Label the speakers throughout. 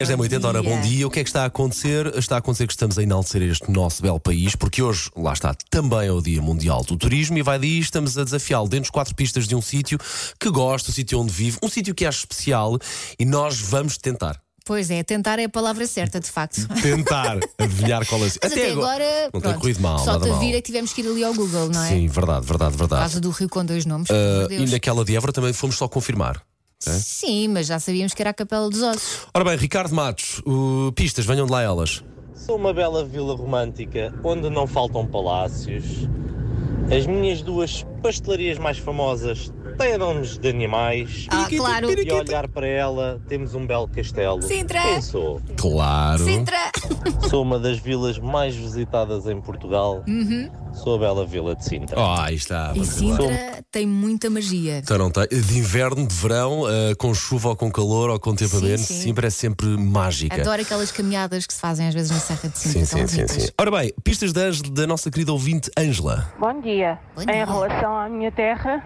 Speaker 1: 10 da manhã, 80 hora, bom dia. O que é que está a acontecer? Está a acontecer que estamos a enaltecer este nosso belo país, porque hoje, lá está, também é o Dia Mundial do Turismo e vai daí, estamos a desafiá-lo dentro de quatro pistas de um sítio que gosta, o sítio onde vive, um sítio que acha especial e nós vamos tentar.
Speaker 2: Pois é, tentar é a palavra certa, de facto.
Speaker 1: Tentar adivinhar qual é o sítio.
Speaker 2: Mas até, agora,
Speaker 1: Não tem
Speaker 2: pronto,
Speaker 1: corrido mal,
Speaker 2: só
Speaker 1: nada
Speaker 2: te
Speaker 1: mal.
Speaker 2: vir é que tivemos que ir ali ao Google, não é?
Speaker 1: Sim, verdade, verdade,
Speaker 2: Por
Speaker 1: verdade.
Speaker 2: causa do Rio com dois nomes, pelo
Speaker 1: Ah, é?
Speaker 2: amor de
Speaker 1: e
Speaker 2: Deus.
Speaker 1: naquela de Évora também fomos só confirmar.
Speaker 2: Sim, mas já sabíamos que era a Capela dos Ossos.
Speaker 1: Ora bem, Ricardo Matos, uh, pistas, venham de lá elas.
Speaker 3: Sou uma bela vila romântica onde não faltam palácios. As minhas duas pastelarias mais famosas têm nomes de animais.
Speaker 2: Ah, claro.
Speaker 3: E a olhar para ela, temos um belo castelo.
Speaker 2: Sintra.
Speaker 3: Quem sou?
Speaker 1: Claro.
Speaker 2: Sintra!
Speaker 3: Sou uma das vilas mais visitadas em Portugal. Sou a bela vila de Sintra.
Speaker 1: Oh, aí está.
Speaker 2: E
Speaker 1: vamos lá.
Speaker 2: Sintra tem muita magia.
Speaker 1: Então não tem. De inverno, de verão, eh, com chuva ou com calor ou com tempo
Speaker 2: Sim,
Speaker 1: aberto,
Speaker 2: sim.
Speaker 1: sempre é sempre mágica.
Speaker 2: Adoro aquelas caminhadas que se fazem às vezes na Serra de Sintra.
Speaker 1: Sim,
Speaker 2: tão
Speaker 1: sim, sim,
Speaker 2: bonitas.
Speaker 1: sim. Ora bem, pistas de Ângela, da nossa querida ouvinte Ângela.
Speaker 4: Bom dia.
Speaker 2: Bom dia.
Speaker 4: Em relação à minha terra,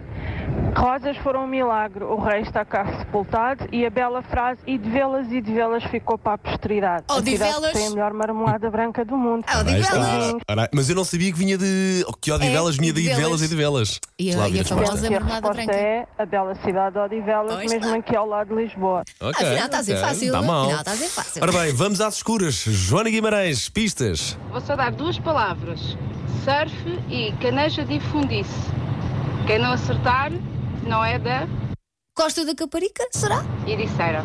Speaker 4: rosas foram um milagre. O rei está cá sepultado e a bela frase e de velas e de velas ficou para a posteridade.
Speaker 2: Oh,
Speaker 4: a
Speaker 2: de
Speaker 4: cidade que
Speaker 2: velas?
Speaker 4: tem a melhor marmelada branca do mundo.
Speaker 2: Ah, o de
Speaker 1: Aí está.
Speaker 2: velas.
Speaker 1: Ora, Mas eu não sabia que vinha de. oh, Que ó de
Speaker 2: É,
Speaker 1: velas vinha daí de
Speaker 2: de
Speaker 1: velas
Speaker 2: velas.
Speaker 1: e de velas.
Speaker 2: E a-
Speaker 1: Lá vi
Speaker 2: e a
Speaker 4: Penso
Speaker 1: resposta.
Speaker 2: famosa-
Speaker 4: que a
Speaker 2: marmelada
Speaker 4: resposta
Speaker 2: branca.
Speaker 4: é a bela cidade de Odivelas,
Speaker 2: Pois tá.
Speaker 4: mesmo
Speaker 2: está.
Speaker 4: aqui ao lado de Lisboa.
Speaker 1: Ok,
Speaker 2: Afinal, está a ser
Speaker 1: ok,
Speaker 2: fácil,
Speaker 1: Está mal.
Speaker 2: afinal, está a ser fácil.
Speaker 1: Ora bem, vamos às escuras. Joana Guimarães, pistas.
Speaker 5: Vou só dar duas palavras: surf e caneja de fundice. Quem não acertar não é da
Speaker 2: Costa da Caparica, será?
Speaker 5: Ericeira.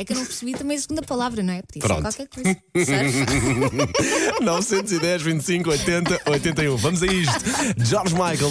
Speaker 2: É que eu não percebi também a segunda palavra, não é? Podia
Speaker 1: Pronto.
Speaker 2: ser qualquer coisa. Surf.
Speaker 1: 910, 25, 80, 81. Vamos a isto. George Michael.